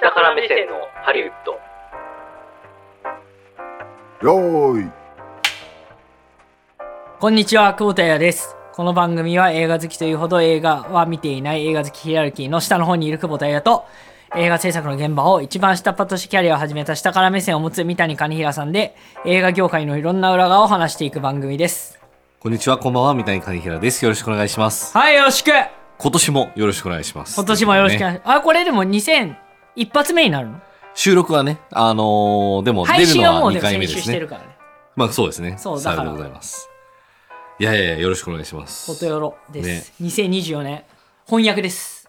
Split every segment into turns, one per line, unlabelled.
下から目線のハリウッド
よーい
こんにちは、久保田彩です。この番組は映画好きというほど映画は見ていない映画好きヒエラルキーの下の方にいる久保田彩と映画制作の現場を一番下っ端としてキャリアを始めた下から目線を持つ三谷兼平さんで映画業界のいろんな裏側を話していく番組です。
こんにちは、こんばんは、三谷兼平です。よろしくお願いします。
はい、よろしく
今年もよろしくお願いします。
今年もよろしくお願い
ね
します。あ、これでも2000、一発目になるの
収録はね、あのーでも
配
出る
信
の
はも
は
うでも
2回
先
目
週
で
し
す
て
ね
る。からね。
まあそうですね。
そう
さよ
だから
でございます。いやいやいや、よろしくお願いします。
ことよろです。2024年、翻訳です。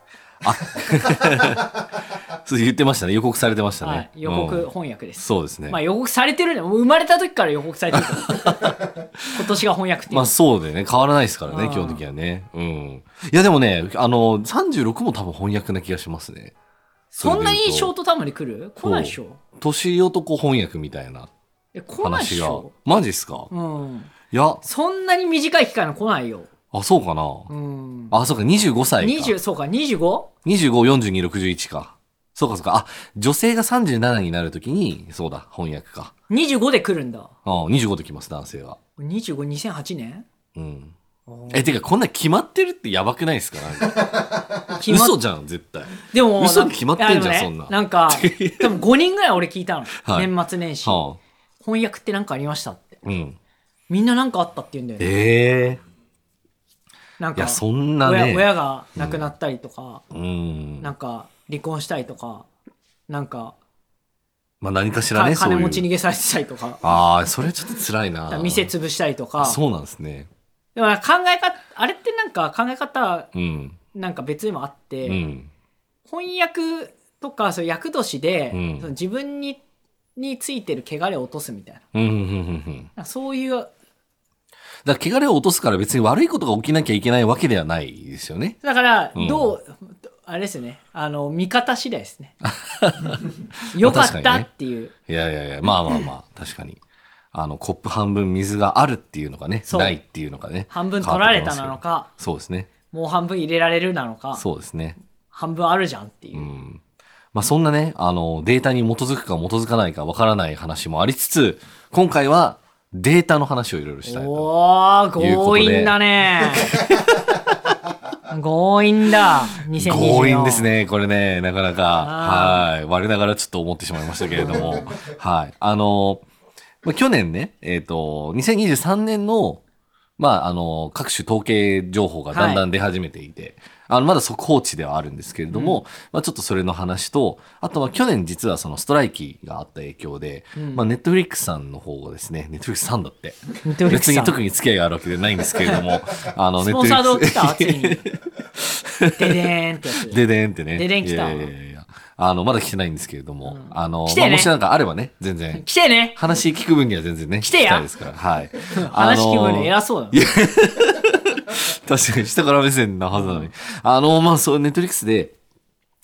そう言ってましたね。予告されてましたね。
はい、予告
うん
翻訳です。
そうですね。
ま
ま
あ
あ、
予告されてるね。もう生まれた時から予告されて るから。今年が翻訳っていう。
そうでね、変わらないですから
う
ね
ん、
基本的にはね。うん。いやでもね、あの、36も多分翻訳な気がしますね。
そんなにショー
象
トタームで来る来ないでしょ。
年男翻訳みたいな
え、来ないで
話
し
が
ょ。。
マジっすか、
うん。
いや、
そんなに短い期間の来ないよ。
あ、そうかな。
うん。
あ、そうか、25歳か。
20、そうか、25?
25,42,61か。そうか、そうか。あ、女性が37になるときに、そうだ、翻訳か。
25で来るんだ。
あ25できます、男性は。
25、2008年
うん。え、てか、こんなん決まってるってやばくないですかなんか。
決まっ
嘘じゃん、絶対。
でも、
嘘に決まってんじゃ
い
ん
やでもね
そんな
なん か、多分5人ぐらい俺聞いたの。
はい
年末年始。
は
翻訳ってなんかありましたって。
あ、うん。
みんななんかあったって言うんだよね。
ええ
なん
い
か、
や、そんな
親
ね。
親が亡くなったりとか、
うん。
なんか離婚したりとか、なんか
まあ、何かしら
か、
ね、そうい
金
う。
持ち逃げされてたりとか、
ああ、それはちょっと辛いな。
店潰したりとか、
そうなんですね。
でもなんか考え方、あれってなんか考え方
うん。
なんか別にもあって、
うん。
翻訳とかそういう役年で、
うん
その自分にについてる汚れを落とすみたいな
うん、うん、うん、うん。
なんかそういう
だから、汚れを落とすから別に悪いことが起きなきゃいけないわけではないですよね。
だから
うん
どう、あれですよねあの見方次第です ねよかったっていう、
いやいやいや、まあまあま あ、確かに。あの、コップ半分水があるっていうのかね、
そう
ないっていうのかね。
半分取られたなの
変わ
か
ってきますけど。そうですね。
もう半分入れられるなのか
そうですね。
半分あるじゃんっていうう、
ん。まあそんなね、あの、データに基づくか基づかないかわからない話もありつつ、今回はデータの話をいろいろしたいと。
おお
いうこと
強
で
引だ ね強引だ2024
強引ですね、これね、なかなか。
あ
はい。我ながらちょっと思ってしまいましたけれど も。はい。あの、まあ去年ね、えっ、と、2023年の、まあ、あの、各種統計情報がだんだん出始めていて、あの、まだ速報値ではあるんですけれども、まあ、ちょっとそれの話と、あとは去年実はそのストライキがあった影響で、
うん
まあ、ネットフリックスさんの方がですね、ネットフリックスさんだって、
Netflix
別
さ
に
ん
特に付き合いがあるわけではないんですけれども、あの、
ス
ネッ
ポ
ト
ン
フリ
サー
ッ
ド
ク
来
ス、
たついに。ででーんってやつ。
ででんってね。
ででん来た
いやいやいやいやあの、まだ来てないんですけれども、
うん
あの、
来てね
まあもしなんかあればね、全 然。
来てね
話聞く分には全然ね。
来てや
聞きたいですから。はい。
話聞くのに
あの
偉そうだな。
確かに下から目線なはずなのに。あの、まあ、そう、ネットリックスで、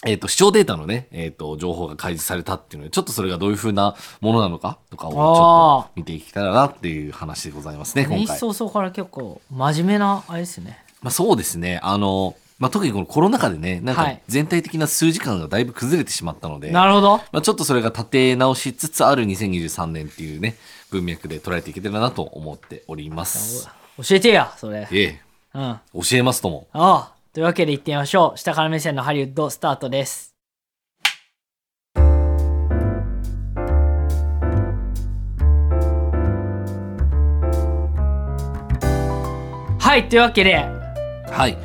えっ、と、視聴データのね、えっ、と、情報が開示されたっていうので、ちょっとそれがどういうふうなものなのかとかをちょ
あ
っと見ていけたらなっていう話でございますね、今
年
回
始。早々から結構真面目な、あれですね。
まあ、そうですね。あの、まあ、特にこのコロナ禍でね、なん
は
か
い
全体的な数時間がだいぶ崩れてしまったので、
なるほど。
まあ、ちょっとそれが立て直しつつある2023年っていうね、文脈で捉えていけたらなと思っております。
教えてや、それ。
ええ、
うん。あ
教えますとも。
あ。というわけで行ってみましょう。下から目線のハリウッドスタートです。はい、というわけで、
はい。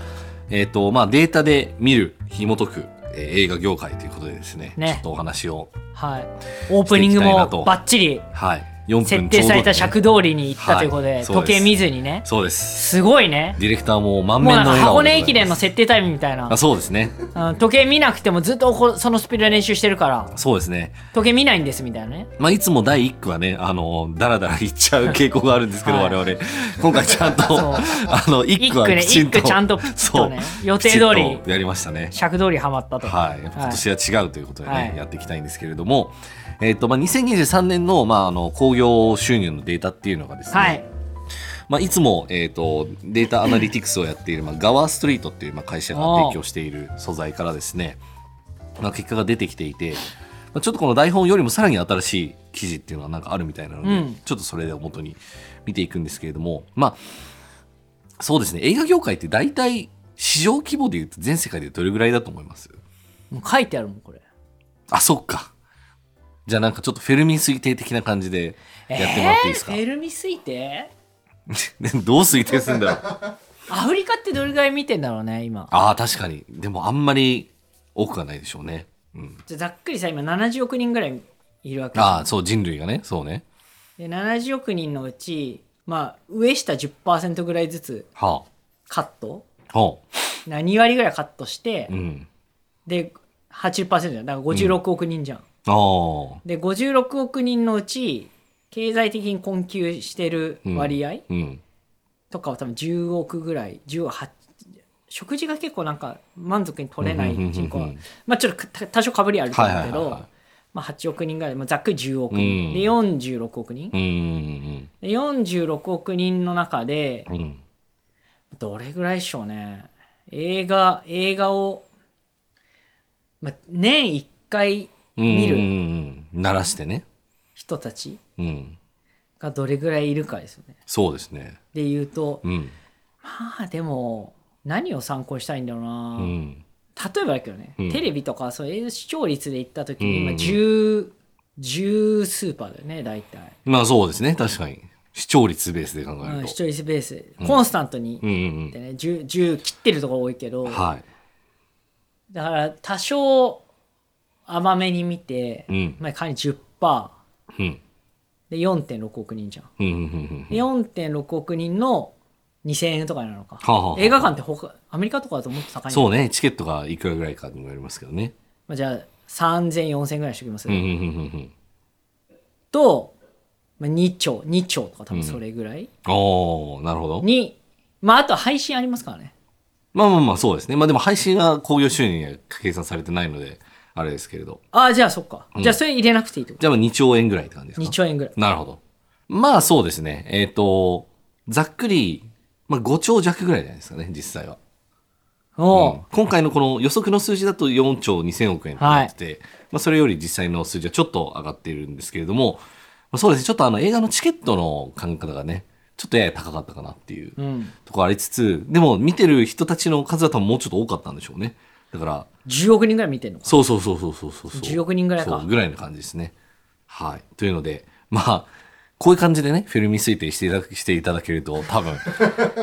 えっ、と、まあ、データで見る、紐解く、えー映画業界ということでですね、
ね
ちょっとお話を、
はい、オープニング
していきたい
も
なと
バッチリ
はい、4分ちょう
設
どでね
定された尺通りに行ったということで,、
はいそう
時
です
計見ずにね
そうです。
すごいね
ディレクターも満
もう
面
なん
の
か
笑顔
箱
で
根駅伝の設定タイムみたいな
あ、、そうですね。
うん、時計見なくてもずっとこそのスピードで練習してるから
そうですね。
時計見ないんですみたいなね
まあ、いつも第1区はね、あの、だらだらいっちゃう傾向があるんですけど、
はい
我々。今回ちゃんと、
そう
あの、1
一
区は
区ね
きち
一
んと、
区ちゃんとピッとね予定通
き
り
ちんとやりましたね。
尺通りハマったと
はい、やっぱ今年は違うということでね、
はい
やっていきたいんですけれども、えっとまあ、2023年の,、まああの興行収入のデータっていうのがですね、
はい
まあ、いつも、えっとデータアナリティクスをやっている、まあ、ガワーストリートっていう、まあ、会社が提供している素材からですねまあ、結果が出てきていて、まあ、ちょっとこの台本よりもさらに新しい記事っていうのはなんかあるみたいなので、
うん
ちょっとそれを元に見ていくんですけれども、まあ、そうですね、映画業界って大体市場規模でいうと全世界でどれぐらいだと思います
もう書いてあるもんこれ
あ、そっか。じゃあなんかちょっとフェルミン推定的な感じでやってもらっていいですか、
えーフェルミ推定
どう推定するんだろう
アフリカってどれぐらい見てんだろうね今
ああ、確かに。でもあんまり多くはないでしょうね。うん。
じゃあざっくりさ今70億人ぐらいいるわけじゃん
ああ、そう、人類がね。そうね。
で70億人のうちまあ上下10%ぐらいずつ
は
カット
あ。はあ。
何割ぐらいカットして、
うん。
で80%じゃんだから56億人じゃん、
ああ。
で56億人のうち経済的に困窮してる割合、
うん。
とかは多分10億ぐらい10は食事が結構なんか満足に取れない人口
うん
は
うんうんうん
まあちょっとた多少かぶりあると思うけ
はいはいはい
ど
はい
まあ8億人ぐらい、まあ、ざっくり10億人、
うん
で46億人
うん。うん
で46億人の中で
うん。うん。
どれぐらいでしょうね映画映画を、まあ、年1回見
うんう
る
んうん。鳴らしてね。
人たち
うん。
がどれぐらいいるかですよね。
そうですね。
でいうと
うん。
まあでも何を参考にしたいんだろうな
う、ん。
例えばだけどね、
うん
テレビとかそういう視聴率で言った時
う
に
ん
今10、10スーパーだよね大体、
まあそうですね。確かに。視聴率ベースで考え
う
る
ん、
と
視。聴率ベースコンスタントに
うん
で、ね 10, 10切ってるところ多いけど、
うんうん。はい。
だから多少甘めに見て、
うん
まあ仮に10%
うん。
で4.6億人じゃん
うんうんうんう
で
ん。
4.6億人の2000円とかになるのか、
はあはあはあ
映画館って他アメリカとかだともっと高いんだけど
そうね。チケットがいくらぐらいかにもよりますけどね。
まあ、じゃあ30004000ぐらいにしときます、
うんうんうんうんうん。
と、まあ、2兆2兆とか多分それぐらい、
おー、なるほど。
に、まあ、あとは配信ありますからね。
まあまあまあそうですね。まあでも配信が興行収入には計算されてないので、あれですけれど。
ああ、じゃあそっか。
うん
じゃあそれ入れなくていいってこ
じゃあまあ2兆円ぐらいって感じです
と。
か
2兆円ぐらい。
なるほど。まあそうですね。えっ、と、ざっくり、まあ5兆弱ぐらいじゃないですかね、実際は。
おう
うん今回のこの予測の数字だと4兆2000億円となってて、まあそれより実際の数字はちょっと上がっているんですけれども、まあ、そうですね。ちょっとあの映画のチケットの考え方がね、ちょっとやや高かったかなっていう。
うん。
とこありつつ、でも見てる人たちの数は多分もうちょっと多かったんでしょうね。だから、
10億人ぐらい見てんの か。
そうそうそうそうそうそうそう。
10億人ぐらいか
そうぐらいの感じですね。はい。というので、まあ、こういう感じでね、フィルミ推定していただくしていただけると、多 分、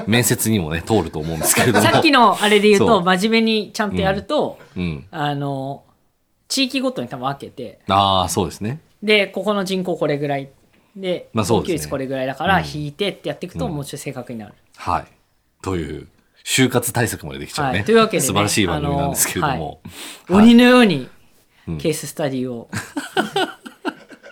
面接にもね、通ると思うんですけれども。
さっきのあれで言う
そ
と、
う
真面目にちゃんとやると、
うん。
あの、地域ごとに多分分けて、
ああ、そうですね。
で、ここの人口これぐらい、で、
まあそう
高
ですね
級率これぐらいだから、引いてってやっていくと、もうちょっと正確になる。
はい。という、就活対策までできちゃうね。
はいというわけでね
素晴らしい番組なんですけれども。はい
鬼のように
ん
ケーススタディ を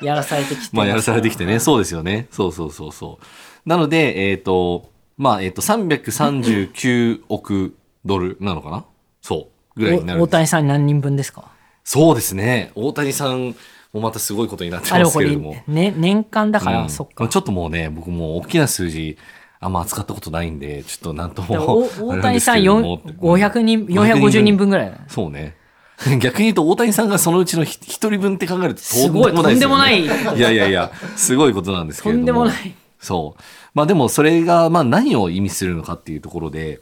やらされてきて
まあ、やらされてきてね。そうですよね。そうそうそうそう。なので、えっ、と、まあ、えっ、と、339億ドルなのかなそう。ぐらいになるん
お大
です。
谷さん何人分です か
そうですね。大谷さんもまたすごいことになって
あれ
ます
こ
け
れ、
れども。
ね、年間だから、
うん
そっ
ま
か
あちょっともうね、僕もう大きな数字、あんま扱ったことないんで、ちょっとなんと
だから
も
お。大谷さん
あれなん
4
ですけれども
500人450人分ぐらいだね
そうね。 逆に言うと大谷さんがそのうちのひ一人分って考えると
すごいとんでもない
いですよね。いやいやいや、すごいことなんですけ
と
れども。
んでもない
そう。まあでもそれがまあ何を意味するのかっていうところで、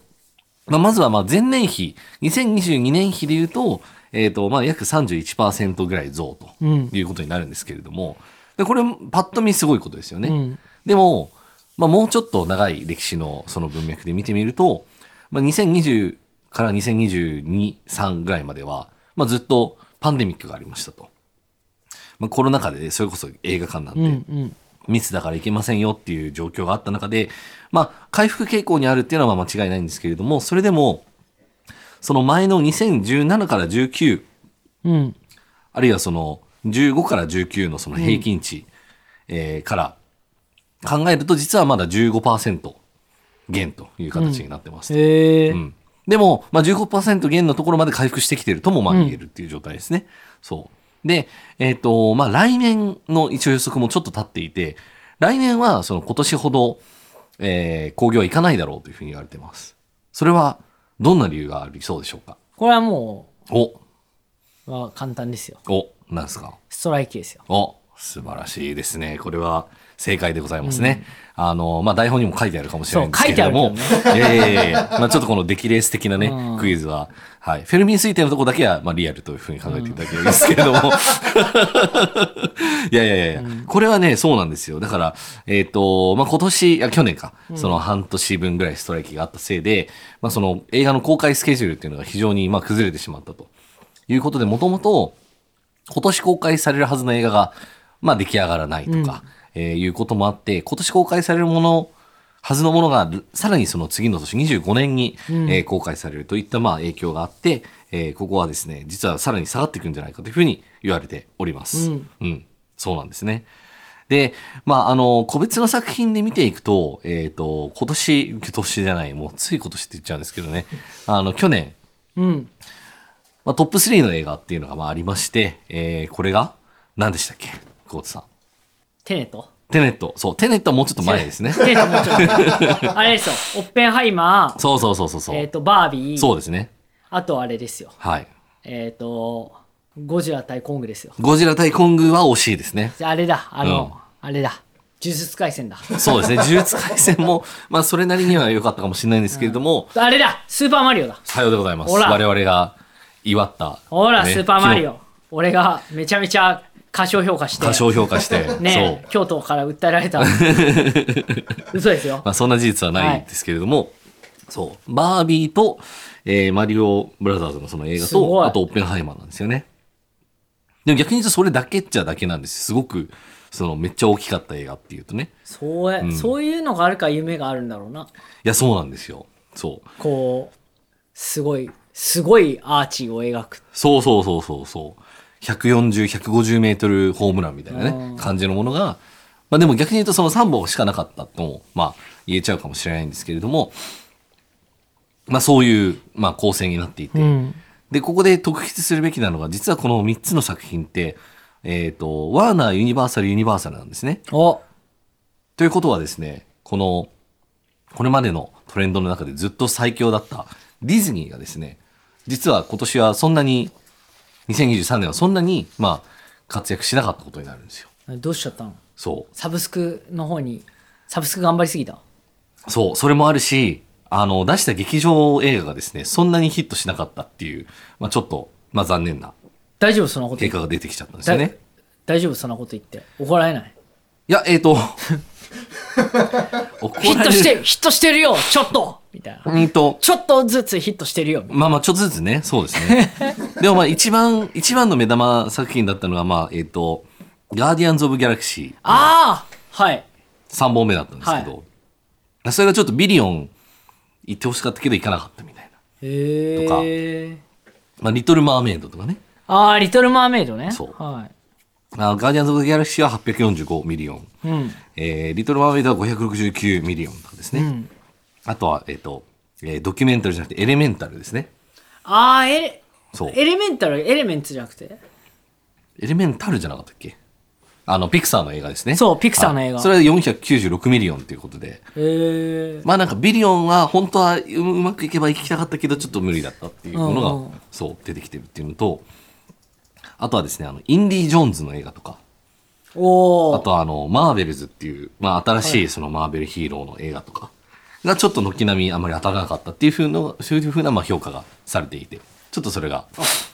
まあまずはまあ前年比、2022年比で言うと、えっ、とまあ約31%ぐらい増と
うん
いうことになるんですけれども、でこれパッと見すごいことですよね。
うん
でも、まあもうちょっと長い歴史のその文脈で見てみると、まあ2020から2022、3ぐらいまでは、まあずっとパンデミックがありましたと。まあコロナ禍でねそれこそ映画館なんて、
うんうん
密だから行けませんよっていう状況があった中で、まあ、回復傾向にあるっていうのはまあ間違いないんですけれども、それでも、その前の2017から19、
うん
あるいはその15から19のその平均値、えーから考えると、実はまだ15%減という形になってます。
へえ
うんでも、まあ、15%減のところまで回復してきてるともまあ言えるっていう状態ですね。そう。で、えっ、と、まあ、来年の一応予測もちょっと立っていて、来年はその今年ほど、えー、工業はいかないだろうというふうに言われてます。それは、どんな理由がありそうでしょうか
これはも
お、
は簡単ですよ。
お、なんですか
ストライキですよ。
お、素晴らしいですね。これは正解でございますね。あの、まあ、台本にも書いてあるかもしれないんですけれども、
そう
いやいやいやいやまあ、ちょっとこのデキレース的なね、
うん
クイズは、はい。フェルミン推定のとこだけは、まあ、リアルというふうに考えていただけるんですけれども、 いやいやいやいや、これはね、そうなんですよ。だから、えっ、と、まあ、今年、あ、去年か、その半年分ぐらいストライキがあったせいで、まあ、その映画の公開スケジュールっていうのが非常に、まあ、崩れてしまったということで、もともと、今年公開されるはずの映画が、まあ、出来上がらないとか、えーいうこともあって、今年公開されるもの、はずのものが、さらにその次の年、25年に、えー公開されるといった、まあ、影響があって、えーここはですね、実はさらに下がっていくんじゃないかというふうに言われております。
うん
うん、そうなんですね。で、まあ、あの、個別の作品で見ていくと、えっ、と、今年、今年じゃない、もうつい今年って言っちゃうんですけどね、あの、去年、
うん。
まあ、トップ3の映画っていうのがまあありまして、えーこれが、何でしたっけコーツさん。
テネット
テネット。そう、テネットはもうちょっと前ですね。
テネットもうちょっ と。あれですよ。オッペンハイマ
そうそうそうそうそ
ー、
う、
えっ、と、バービー、
そうですね。
あとあれですよ。
はい。
えっ、と、ゴジラ対コングですよ。
ゴジラ対コングは惜しいですね。
じゃああれだ、あの、
うん
あれだ。呪術廻戦だ。
そ うですね。呪術廻戦も、まあ、それなりには良かったかもしれないんですけれども、
あれだスーパーマリオだ
さようでございます。
ほら
我々が祝った。
ほら、
ね
スーパーマリ。オ俺がめちゃめちゃ過小評価して。
過小評価して。
ね
そう。
京都から訴えられ た。嘘ですよ。
まあ、そんな事実はないんですけれども、そう。バービーと、えーマリオブラザーズのその映画
すご
と、
い
あとオッペンハイマーなんですよね。でも逆に言うとそれだけっちゃだけなんです。すごく、そのめっちゃ大きかった映画っていうとね。
そうや、そういうのがあるから夢があるんだろうな。
いや、そうなんですよ。そう。
こう、すごい、すごいアーチを描く。
そうそうそうそうそう。140、150メートルホームランみたいな
う
ね
ん、
感じのものが、まあでも逆に言うとその3本しかなかったとも、まあ言えちゃうかもしれないんですけれども、まあそういう、まあ構成になっていて、
ん。
で、ここで特筆するべきなのが、実はこの3つの作品って、えっ、と、ワーナー、ユニバーサル、ユニバーサルなんですね。
お
ということはですね、この、これまでのトレンドの中でずっと最強だったディズニーがですね、実は今年はそんなに、2023年はそんなに、まあ、活躍しなかったことになるんですよ。
どうしちゃったの
そう。
サブスクの方に、サブスク頑張りすぎた。
そう、それもあるし、あの、出した劇場映画がですね、そんなにヒットしなかったっていう、まあちょっと、まあ残念な
大丈夫そんなこと言
結
っ
果が出てきちゃったんです
て。
よね。
大丈夫そんなこと言って。怒られない。
いや、えっ、ー、と、怒
ヒッ
られる
トして、ヒットしてるよちょっとみたいな。
うんと、
ちょっとずつヒットしてるよ。
まあまあ、ちょっとずつね、そうです ね。でもまあ、一番、一番の目玉作品だったのが、まあ、えっ、と、ガーディアンズ・オブ・ギャラクシー、
ああはい。
3本目だったんですけど、それがちょっとビリオン行ってほしかったけど、行かなかったみたいな。
へ
とか
え。
まあ、リトル・マーメイドとかね。
ああ、リトル・マーメイドね。
そう
は
あガーディアンズ・オブ・ギャラクシーは845ミリオン。
い。うん。
えー、リトル・マーメイドは569ミリオンとかですね。
ん
あとは、えっ、と、えードキュメンタルじゃなくて、エレメンタルですね。
ああ、エレ、
そう。
エレメンタル、エレメンツじゃなくて。
エレメンタルじゃなかったっけあの、ピクサーの映画ですね。
そうピクサーの映画
はいそれは496ミリオンっていうことで。
へえ。
まあなんかビリオンは本当はううまくいけば行きたかったけど、ちょっと無理だったっていうものが、
うんうん
そう、出てきてるっていうのと、あとはですね、あの、インディ・ジョーンズの映画とか、
おお。
あとはあの、マーベルズっていう、まあ新しいそのマーベルヒーローの映画とか、がちょっと軒並みあまり当たらなかったっていうふうの、そういうふうなまあ評価がされていて、ちょっとそれが、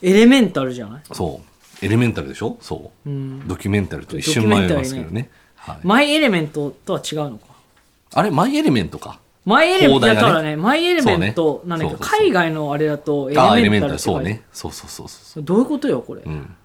エレメンタルじゃない
そう、エレメンタルでしょそう。
うん
ドキュメンタルと一瞬迷いますけ
ドキュメンタ
ど
ル
ね。はい、
マイエレメントとは違うのか。
あれマイエレメントか。
マイエレメン
放
ト、
題
だ
がね
からね、マイエレメント
そうね
なんだけど、
そうそうそう
海外のあれだとエ
ああー、エ
レ
レ
メン
メン
タ
タ
ルっ
ル、
て書
そ
いうてある
ね。そうそうそうそ
どういうことよ、これ。
う。うん。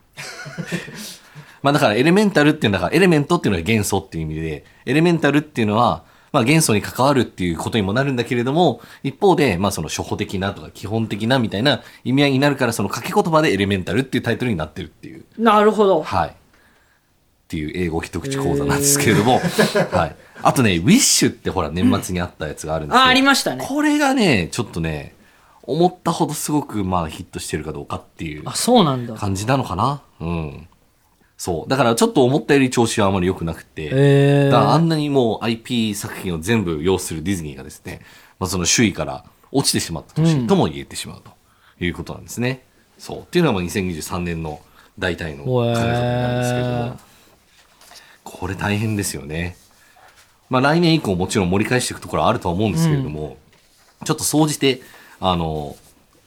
まあだからエレメンタルっていうのが、エレメントっていうのは元素っていう意味で、エレメンタルっていうのは、まあ元素に関わるっていうことにもなるんだけれども、一方で、まあその初歩的なとか基本的なみたいな意味合いになるから、その掛け言葉でエレメンタルっていうタイトルになってるっていう。
なるほど。
はい。っていう英語一口講座なんですけれども、はい。あとね、ウィッシュってほら年末にあったやつがあるんですけど、
あ、ありましたね。
これがね、ちょっとね、思ったほどすごくまあヒットしてるかどうかっていう
あ、そうなんだ。
感じなのかな。うん。そう。だからちょっと思ったより調子はあまり良くなくて、
へ
だ
え。
からあんなにもう IP 作品を全部要するディズニーがですね、まあ、その周囲から落ちてしまった年とも言えてしまうということなんですね。そう。っていうのはもう2023年の大体の
へー
考え方なんですけども、これ大変ですよね。まあ来年以降もちろん盛り返していくところはあるとは思うんですけれども、ちょっと総じて、あの、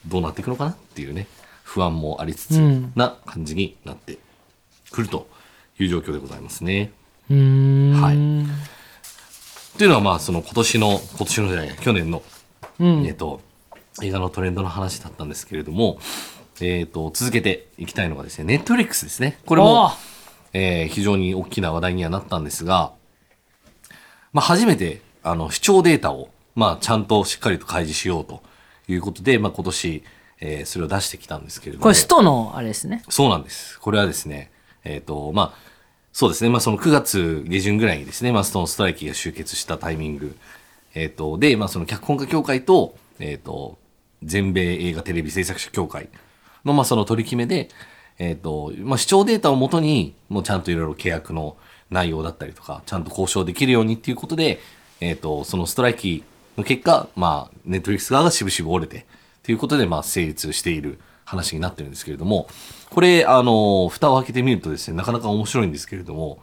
どうなっていくのかなっていうね、不安もありつつ
うん
な感じになってくるという状況でございますね。
うーん。
はい
うん。
っていうのはまあその今年の、今年のじゃない、去年のえっと、映画のトレンドの話だったんですけれども、えっと、続けていきたいのがですね、ネットフリックスですね。これ
お
も
ー、
えー非常に大きな話題にはなったんですが、まあ、初めて、あの、視聴データを、まあ、ちゃんとしっかりと開示しようということで、まあ、今年、えーそれを出してきたんですけれども。
これ、ストの、あれですね。
そうなんです。これはですね、えっ、と、まあ、そうですね、まあ、その9月下旬ぐらいにですね、まあ、ストーンストライキが集結したタイミング、えっ、と、で、まあ、その脚本家協会と、えっ、と、全米映画テレビ制作者協会の、まあ、その取り決めで、えっ、と、まあ、視聴データをもとに、もうちゃんといろいろ契約の内容だったりとか、ちゃんと交渉できるようにっていうことで、えっ、と、そのストライキの結果、まあ、ネットフリックス側が渋々折れて、ということで、まあ、成立している話になってるんですけれども、これ、あの、蓋を開けてみるとですね、なかなか面白いんですけれども、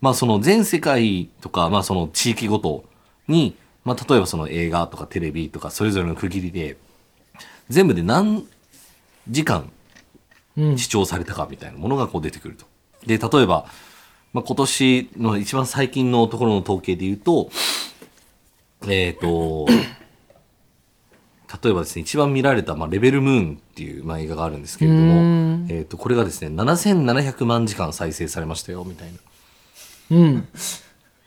まあ、その全世界とか、まあ、その地域ごとに、まあ、例えばその映画とかテレビとか、それぞれの区切りで、全部で何時間
うん。
視聴されたかみたいなものがこう出てくると。で、例えば、まあ、今年の一番最近のところの統計で言うと、えっ、と、例えばですね、一番見られた、まあ、レベルムーンっていう、まあ、映画があるんですけれど
うー
も
ん、
えっ、と、これがですね、7700万時間再生されましたよ、みたいな。
うん。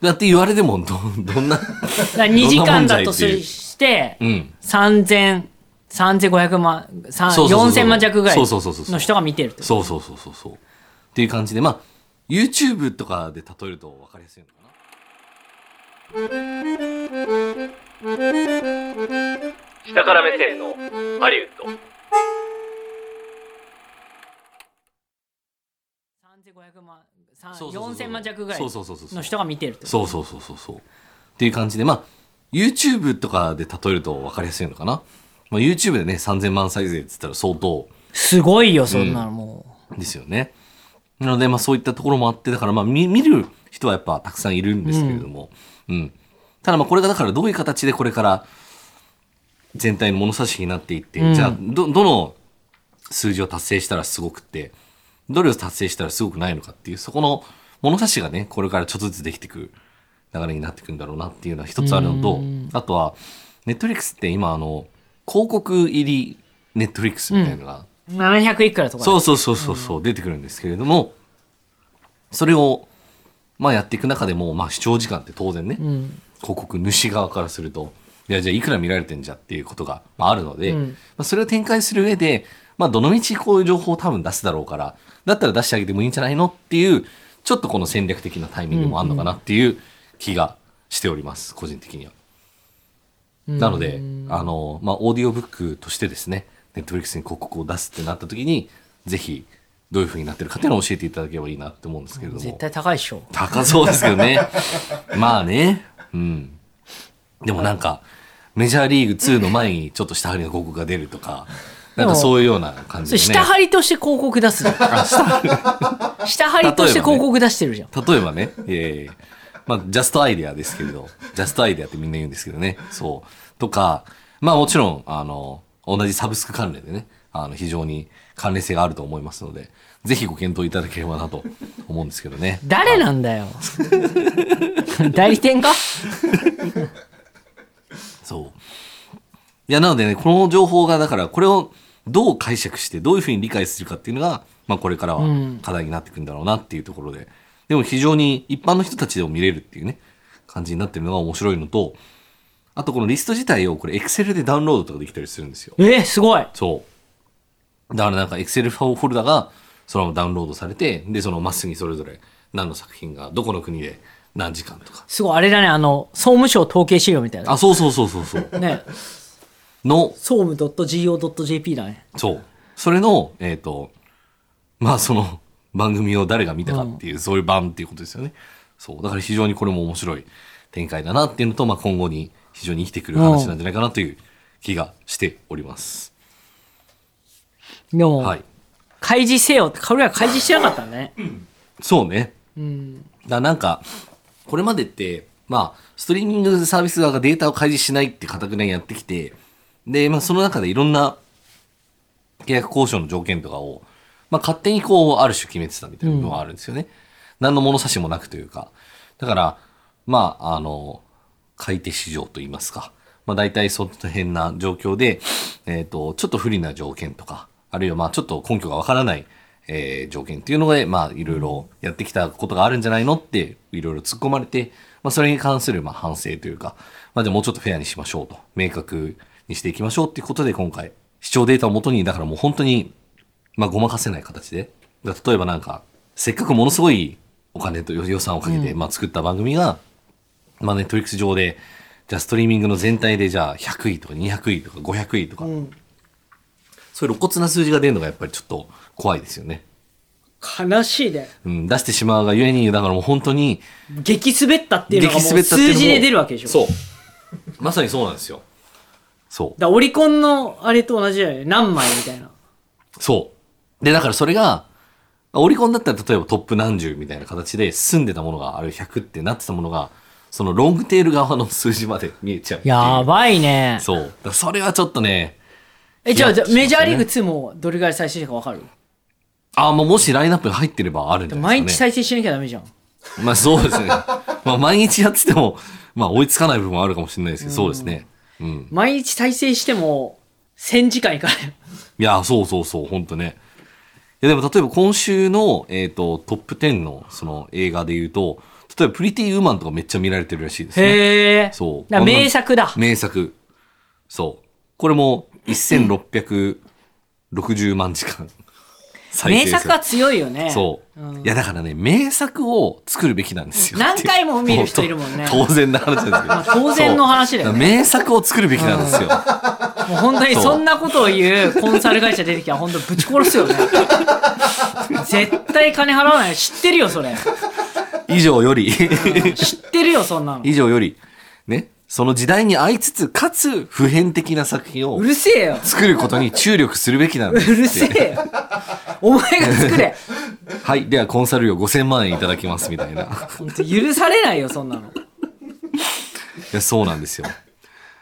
だって言われても、ど、ど んな、
だから2時間だと
どんなもんじゃいって
し
いう
して
う、ん。
3000、3500万、さん
そうそうそうそう
4000万弱ぐらい
そうそうそうそう
の人が見てるってこと
そうそうそうそうそう。っていう感じで、まあ、YouTube とかで例えると分かりやすいのかな。
下から目線のハリウッド
3500万、さん
そうそうそうそう
4000万弱ぐらい
そうそうそうそうそう
の人が見てるってこと
そうそうそうそうそう。っていう感じで、まあ、YouTube とかで例えると分かりやすいのかな。まあ、YouTube でね、3000万再生って言ったら相当
すごいよ、そんなのも
ですよね。なので、まあそういったところもあって、だからまあ見見る人はやっぱたくさんいるんですけれども、うん。ただまあこれがだからどういう形でこれから全体の物差しになっていって、
うん
じゃあど、どの数字を達成したらすごくって、どれを達成したらすごくないのかっていう、そこの物差しがね、これからちょっとずつできてくる流れになってくるんだろうなっていうのは一つあるのと、
うん
あとは、ネットフリックスって今あの、広告入りネットフリックスみたいなのが、
う。700いくらとか。
そうそうそうそうそう、出てくるんですけれどもそれを、まあ、やっていく中でも、まあ、視聴時間って当然ね、
うん。
広告主側からするといやじゃあいくら見られてんじゃっていうことが、まあ、あるので、
うん
まあ、それを展開する上で、まあ、どの道こういう情報を多分出すだろうからだったら出してあげてもいいんじゃないのっていうちょっとこの戦略的なタイミングもあるのかなっていう気がしております、個人的には。なので、あの、まあ、オーディオブックとしてですね、ネットフリックスに広告を出すってなった時に、ぜひ、どういう風になってるかっていうのを教えていただければいいなって思うんですけれども。
絶対高いでしょ。
高そうですけど ね。まあね。うん。でもなんか、メジャーリーグ2の前にちょっと下張りの広告が出るとか、なんかそういうような感
そ
じ
れ
で
下
ね。
張りとして広告出す じゃん。下張りとして広告出してるじゃん。
例えばね、ええまあ、ジャストアイデアですけれど、ジャストアイデアってみんな言うんですけどね。そう。とか、まあもちろん、あの、同じサブスク関連でね、あの、非常に関連性があると思いますので、ぜひご検討いただければなと思うんですけどね。
誰なんだよ。 代理店か
そう。いや、なのでね、この情報が、だから、これをどう解釈して、どういうふうに理解するかっていうのが、まあ、これからは
うん
課題になってくるんだろうなっていうところで、でも非常に一般の人たちでも見れるっていうね、感じになってるのが面白いのと、あとこのリスト自体を、これ、Excel でダウンロードとかできたりするんですよ。
え、すごい。
そう。だからなんか Excel フォルダがそのままダウンロードされて、で、そのまっすぐにそれぞれ何の作品が、どこの国で何時間とか。
すごい、あれだね、あの、総務省統計資料みたいな。
あ、そうそうそうそうそう。
ね、
の
総務 .go.jp だね。
そう。それの、えっ、と、まあその番組を誰が見たかっていう、そういう番っていうことですよね。そう。だから非常にこれも面白い展開だなっていうのと、まあ今後に非常に生きてくる話なんじゃないかなという気がしております。
でも、
はい。
開示せよって、カロリーは開示しなかったね。
そうね。
うん。
だなんか、これまでって、まあ、ストリーミングサービス側がデータを開示しないって固くなにやってきて、で、まあ、その中でいろんな契約交渉の条件とかを、まあ、勝手にこう、ある種決めてたみたいな部分はあるんですよね。何の物差しもなくというか。だから、まあ、あの、買い手市場といいますか。まあ、大体その辺な状況で、えっ、と、ちょっと不利な条件とか、あるいはまあ、ちょっと根拠がわからない、えー条件っていうので、まあ、いろいろやってきたことがあるんじゃないのって、いろいろ突っ込まれて、まあ、それに関する、まあ、反省というか、まあ、じゃあもうちょっとフェアにしましょうと、明確にしていきましょうっていうことで、今回、視聴データをもとに、だからもう本当にまあ、ごまかせない形で。だ例えばなんか、せっかくものすごいお金と予算をかけて、まあ、作った番組が、まあ、ネットリックス上で、じゃあストリーミングの全体で、じゃあ100位とか200位とか500位とか、
ん
そういう露骨な数字が出るのがやっぱりちょっと怖いですよね。
悲しいで。
うん、出してしまうがゆえに、だからもう本当に、
激滑ったっていうのがも
滑
う
ったっていうの
数
も
字で出るわけでしょ。。
そうう。まさにそうなんですよ。そう。
だからオリコンのあれと同じだよね。何枚みたいな。
そう。で、だからそれが、オリコンだったら例えばトップ何十みたいな形で済んでたものがある100ってなってたものが、そのロングテール側の数字まで見えちゃうっていう。
やばいね。
そう。だからそれはちょっとね、
え、じゃあ、じゃあ
いや
メジャーリーグ2もどれぐらい再生したかわかる
ああ、もうもしラインナップが入ってればあるんじゃない
毎
で
日
すかね。
再生しなきゃダメじゃん。
まあそうですね。まあ毎日やってても、まあ追いつかない部分はあるかもしれないですけど、そうですね。うん。
毎日再生しても、1000時間いかない。
いや、そうそうそう、ほんとね。いや、でも例えば今週の、えっ、と、トップ10のその映画で言うと、例えばプリティウーマンとかめっちゃ見られてるらしいですね。
へえ。
そう
だから名作だ。
名作。そう。これも1660万時間再
名
生
作は強いよね。
そう、
うん
いやだからね、名作を作るべきなんですよ。
何回も見る人いるもんね
当然の話なんですけど。
当然の話だ
そ
よ
う
ね。
名作を作るべきなんですよ。
もう本当に
そう
そんなことを言うコンサル会社出てきたら本当ぶち殺す よね。絶対金払わないよ。知ってるよ、それ。
以上より、
知ってるよ、そんなの。
以上より、ね、その時代に合いつつ、かつ普遍的な作品を
うるせえよ。
作ることに注力するべきなん
う
ですって。
るせえよ。お前が作れ。
はい、ではコンサル料5000万円いただきますみたいな。
本当許されないよ、そんなの。
いや、そうなんですよ。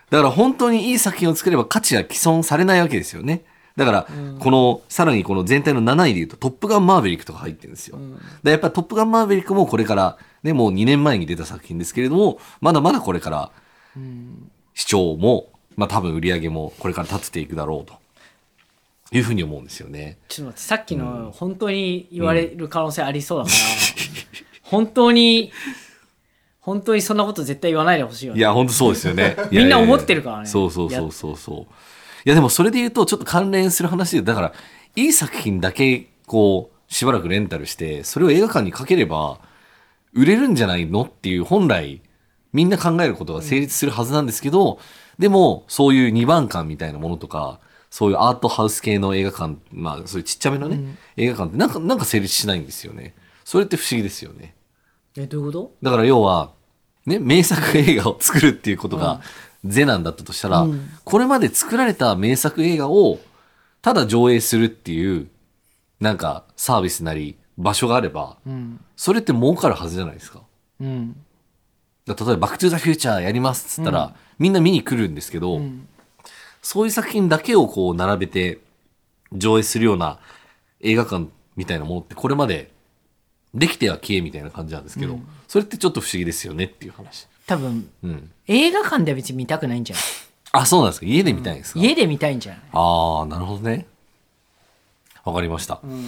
だから本当にいい作品を作れば価値が毀損されないわけですよね。だから、この、さらにこの全体の7位で言うと、トップガンマーヴェリックとか入ってるんですよ。でやっぱトップガンマーヴェリックもこれから、ね、もう2年前に出た作品ですけれども、まだまだこれから、視聴も、まあ多分売り上げもこれから立てていくだろうと。いうふうに思うんですよね。
ちょっと待って、さっきの本当に言われる可能性ありそうだから、本当に、本当にそんなこと絶対言わないでほしいよ
い
ね。
や、本当そうです よね。
みんな思ってるからね
いやいやいやそうそうそうそうそう。いや、でもそれで言うと、ちょっと関連する話で、だから、いい作品だけ、こう、しばらくレンタルして、それを映画館にかければ、売れるんじゃないのっていう、本来、みんな考えることが成立するはずなんですけど、でも、そういう2番館みたいなものとか、そういうアートハウス系の映画館、まあ、そういうちっちゃめのね、映画館ってなんか、なんか成立しないんですよね。それって不思議ですよね。
え、どういうこと
だから要は、ね、名作映画を作るっていうことが是なんだったとしたら、
うん
これまで作られた名作映画をただ上映するっていう、なんかサービスなり場所があれば、
うん。
それって儲かるはずじゃないですか。
うん。
だから例えば、バックトゥーザフューチャーやりますっつったら、みんな見に来るんですけど、
ん
そういう作品だけをこう並べて上映するような映画館みたいなものってこれまでできては消えみたいな感じなんですけど、それってちょっと不思議ですよねっていう話。
多分、
うん。
映画館では別に見たくないんじゃない
あ、そうなんですか。家で見たいんですか。
家で見たいんじゃない
ああ、なるほどね。わかりました。うん。
い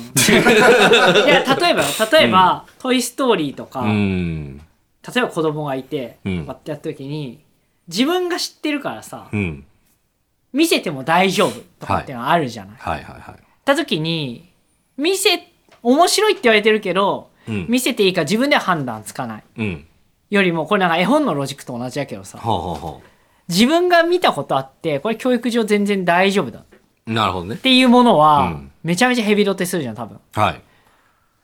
や例えばよ例えば「トイ・ストーリー」とか、
うん。
例えば子供がいて、
う
こ
ん
うやってやった時に自分が知ってるからさ、
うん。
見せても大丈夫とかっていうのはあるじゃない。っ
はいはいはい。
た時に見せ面白いって言われてるけど、
うん
見せていいか自分では判断つかない
うん。
よりもこれなんか絵本のロジックと同じだけどさ
ほうほうほ
自分が見たことあってこれ教育上全然大丈夫だっ
う。なるほどね。
ていうものは、
うん
めちゃめちゃヘビロテするじゃん多分。
はい。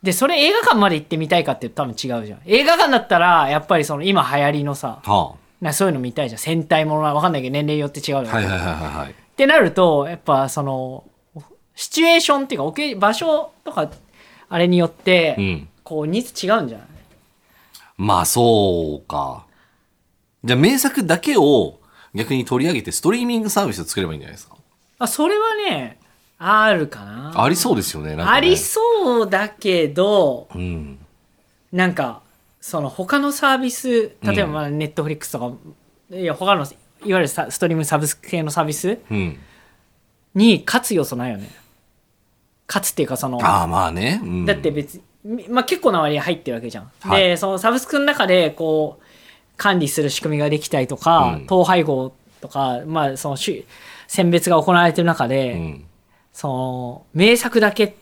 でそれ映画館まで行ってみたいかって多分違うじゃん映画館だったらやっぱりその今流行りのさ
は
なそういうの見たいじゃん戦隊ものは分かんないけど年齢によって違うよ、
あ。はいはいはいはいはい。
ってなるとやっぱそのシチュエーションっていうかオケ場所とかあれによって、
うん。
こうニーズ違うんじゃない
まあ、そうか。じゃあ、名作だけを逆に取り上げて、ストリーミングサービスを作ればいいんじゃないですか。
あそれはねあるかな
ありそうですよね。なんかね
ありそうだけど
う。うん。
なんかその他のサービス例えば
うん
まあネットフリックスとか、いや他のいわゆるさストリームサブスク系のサービス
うん。
に勝つ要素ないよね勝つっていうかその
ああ、まあね。うん、
だって別に、まあ、結構な割合入ってるわけじゃん、
はい
でそのサブスクの中でこう管理する仕組みができたりとか、
うん
統廃合とか、まあ、そのし選別が行われてる中で、
うん。
その名作だけ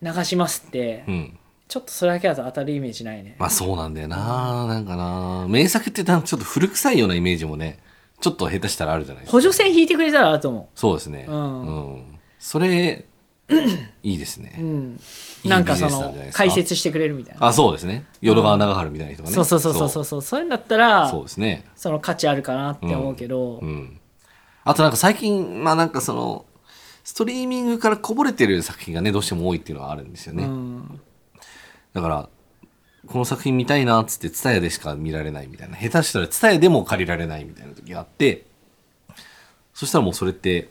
流しますって、
うん。
ちょっとそれだけだと当たるイメージないね、
まあ、そうなんだよな。なんかな。名作ってなんかちょっと古臭いようなイメージもね、ちょっと下手したらあるじゃないですか。
補助線引いてくれたらあると思
そうですね。
うん
うんそれ、いいですね。
う、うん、
いい
なんか
ビ
そ
ジネスなんじゃ
の
ないですか
解説してくれるみたいな
あ、そうですね。淀川長春みたいな人がね。
そうそうそうそうそうそうそういうんだったら
そうですね。
その価値あるかなって思うけど、
うん。あとなんか最近、まあなんかその、ストリーミングからこぼれてる作品がね、どうしても多いっていうのはあるんですよね。
うん
だから、この作品見たいなっつって、ツタヤでしか見られないみたいな。下手したらツタヤでも借りられないみたいな時があって、そしたらもうそれって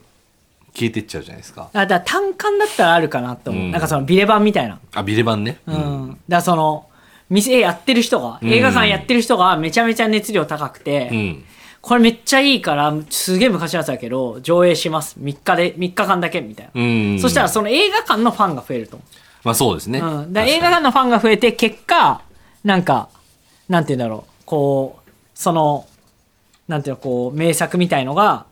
消えてっちゃうじゃないですか。
あだから単管だったらあるかなって思う、
うん
なんかそのビレ版みたいな、
あ、ビレ版ね。
うんだからその店やってる人が
ん
映画館やってる人がめちゃめちゃ熱量高くて、
うん。
これめっちゃいいからすげえ昔のやつだけど上映します3日で3日間だけみたいな、
うん。
そしたら、その映画館のファンが増えると思
まあそうですね。
う、うん、だから映
確か
画館のファンが増えて結果なんかなんて言うんだろうこうそのなんていうのこう名作みたいのが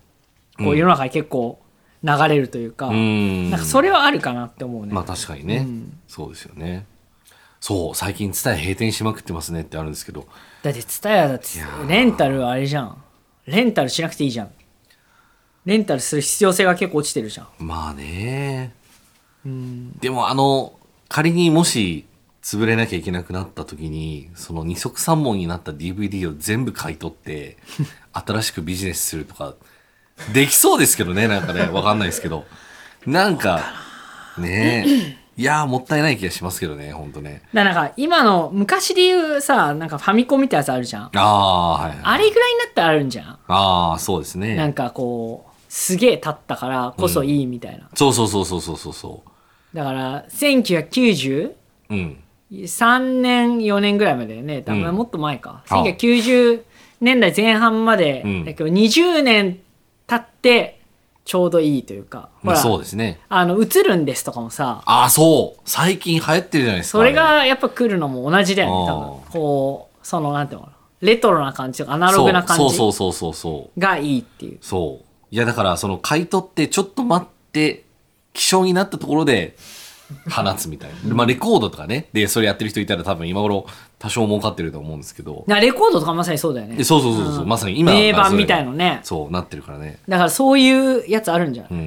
こ
うん
う世の中に結構流れるというか、
にうん。
なんかそれはあるかなって思うね、
まあ確かにね、
うん
そうですよねそう最近伝え閉店しまくってますねってあるんですけど
だってツタヤだって
いやー
レンタルあれじゃんレンタルしなくていいじゃんレンタルする必要性が結構落ちてるじゃん
まあね
うん
でもあの仮にもし潰れなきゃいけなくなった時にその二足三門になった DVD を全部買い取って 新しくビジネスするとかできそうですけどねなんかねわかんないですけどなんかね えいやーもったいない気がしますけどねほんとね
だからなんか今の昔で言うさなんかファミコンみたいなやつあるじゃん
ああーはい
あれぐらいになったらあるんじゃん
ああそうですね
なんかこうすげえ経ったからこそいいみたいな、
そうそうそうそうそうそうそ
だから1993
ううん
年4年ぐらいまでね多
うん
分もっと前か、
あ
1990年代前半まで、
うん
だけど20年経ってちょうどいいというか、
ま
ほ
あ
ら
そうですね
あの、映るんですとかもさ、
ああ、そう。最近流行ってるじゃないですか。
それがやっぱ来るのも同じだよね、多
あ
分。こう、その、なんていうのかな、レトロな感じとか、アナログな感
そう
じ
そうそうそうそう。
がいいっていう。
そう。いや、だから、その、買い取って、ちょっと待って、気象になったところで、放つみたい な。まあ、レコードとかね。で、それやってる人いたら多分今頃、多少儲かってると思うんですけど。
なレコードとかまさにそうだよね
え。そうそうそうそう、
うん
まさに今
名盤みたい
な。
のね。
そう、なってるからね。
だからそういうやつあるんじゃない、
うん。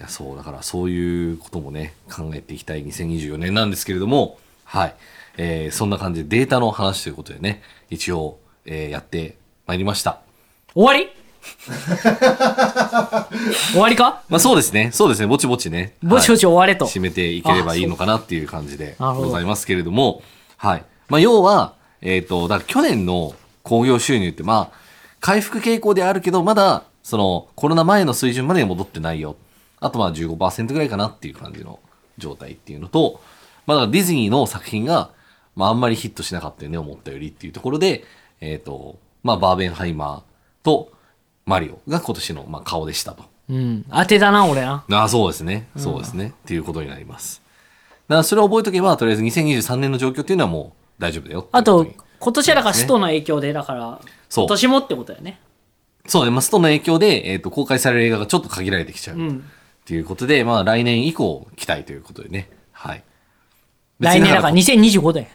いや、そう、だから、そういうこともね、考えていきたい2024年なんですけれども、はい。えーそんな感じでデータの話ということでね、一応、えーやってまいりました。
終わり 終わりか
まあそうですね。そうですね。ぼちぼちね。
ぼちぼ
ち、
ち終われと。
締めていければいいのかなっていう感じで
あそう
ございますけれども。はい。まあ要は、えっ、と、だから去年の興行収入って、まあ、回復傾向であるけど、まだ、その、コロナ前の水準まで戻ってないよ。あとまあ15%ぐらいかなっていう感じの状態っていうのと、まあだからディズニーの作品が、まああんまりヒットしなかったよね、思ったよりっていうところで、えっ、と、まあバーベンハイマーとマリオが今年のまあ顔でしたと。
うん。当てだな、俺な。
ああそうですね。そうですね。っていうことになります。だからそれを覚えとけば、とりあえず2023年の状況っていうのはもう大丈夫だよっていう
あ
こと
と
に。、
今年はだから首都の影響で、だから、
そう
今年もってことだよね。
そうね、まあ、ストの影響で、えっ、と、公開される映画がちょっと限られてきちゃう。
う
っ
ん。
ていうことで、まあ、来年以降、期待ということでね。はい。
来年だから
別に
2025だよ。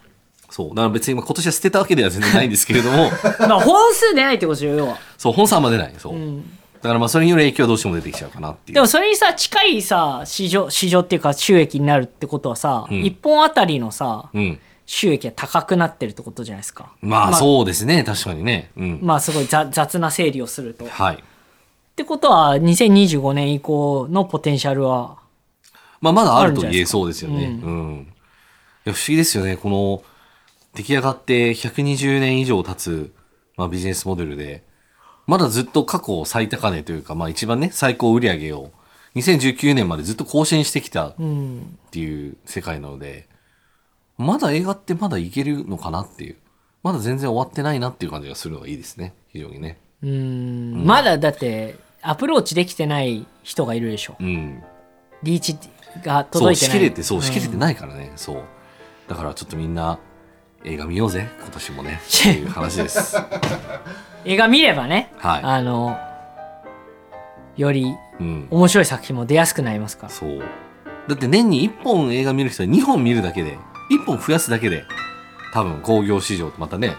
そう。だから別に今年は捨てたわけでは全然ないんですけれど も、
だから本数出ないってことでしょ、要は。
そう、本さんまでない。そう。だからまあ、それによる影響はどうしても出てきちゃうかなっていう。
でもそれにさ近いさ市場市場っていうか収益になるってことはさ、
ん
一本あたりのさ
うん。
収益が高くなってるってことじゃないですか
まあ、
まあ
そうですね。確かにね。うん。
まあすごいざ雑な整理をするとっ
はい。
てことは2025年以降のポテンシャルは
まあ、まだあると言えそうですよ
あるん
ね。
じ
うん、いや、不思議ですよね。この、出来上がって120年以上経つ、まあ、ビジネスモデルで、まだずっと過去最高値というか、まあ、一番ね、最高売り上げを、2019年までずっと更新してきたっ
うん。
ていう世界なので、まだ映画ってまだいけるのかなっていう、まだ全然終わってないなっていう感じがするのがいいですね。非常にね。
うん。まだだって、アプローチできてない人がいるでしょ。
うん。
リーチが
そ
届
う、
いて
し
ない。
きれて、そう、
ん
しきれてないからね。そう。だからちょっとみんな、映画見ようぜ、今 年もね。っていう話です。
映画見ればね、
はい
あの、より
うん。
面白い作品も出やすくなりますから。
そう。だって年に1本映画見る人は2本見るだけで、1本増やすだけで、多分興行市場ってまたね、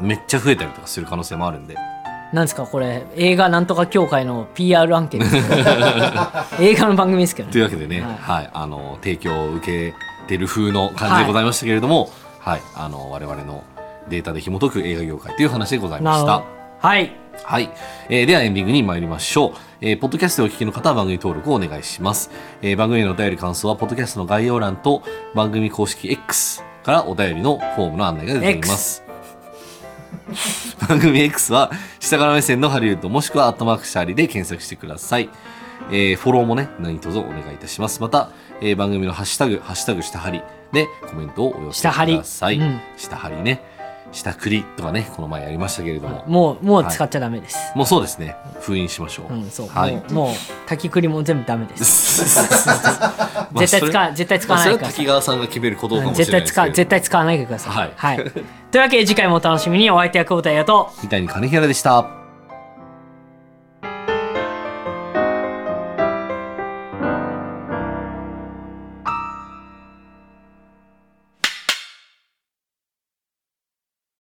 めっちゃ増えたりとかする可能性もあるんで。
なんですか、これ、映画なんとか協会の PR 案件ですけど 映画の番組ですけど
と
ね。
いうわけでね、
は
はいい、あの、提供を受けてる風の感じでございましたけれども、はい、あの、我々のデータで紐解く映画業界という話でございま
なる
し
ほ
た
ど。。はい。
はい。えーではエンディングに参りましょう。えーポッドキャストをお聞きの方は番組登録をお願いします。えー番組へのお便り感想は、ポッドキャストの概要欄と番組公式 X からお便りのフォームの案内が出ています。番組 X は、下から目線のハリウッドもしくはアットマークシャーリで検索してください。えーフォローもね、何卒お願いいたします。また、えー番組のハッシュタグ、ハッシュタグ下張りでコメントをお寄せ
下張り
ください。
うん
下張りね。下くりとかね、この前やりましたけれども。
もう、もう使っちゃダメです。
もうそうですね。封印しましょう。
うん、そう。
はい。
もう、もう滝くりも全部ダメです。
まあ
絶対使わ
それ
絶対使わない
ま
で
あ
く
それ
だ
は
さい
滝川さんが決めることかもしれ
絶
な
対
いです
使
け
わ
ど。
絶対使わないでください。
はい
はい、というわけで次回もお楽しみにお相手は久保田彩と
みたいに金平でした。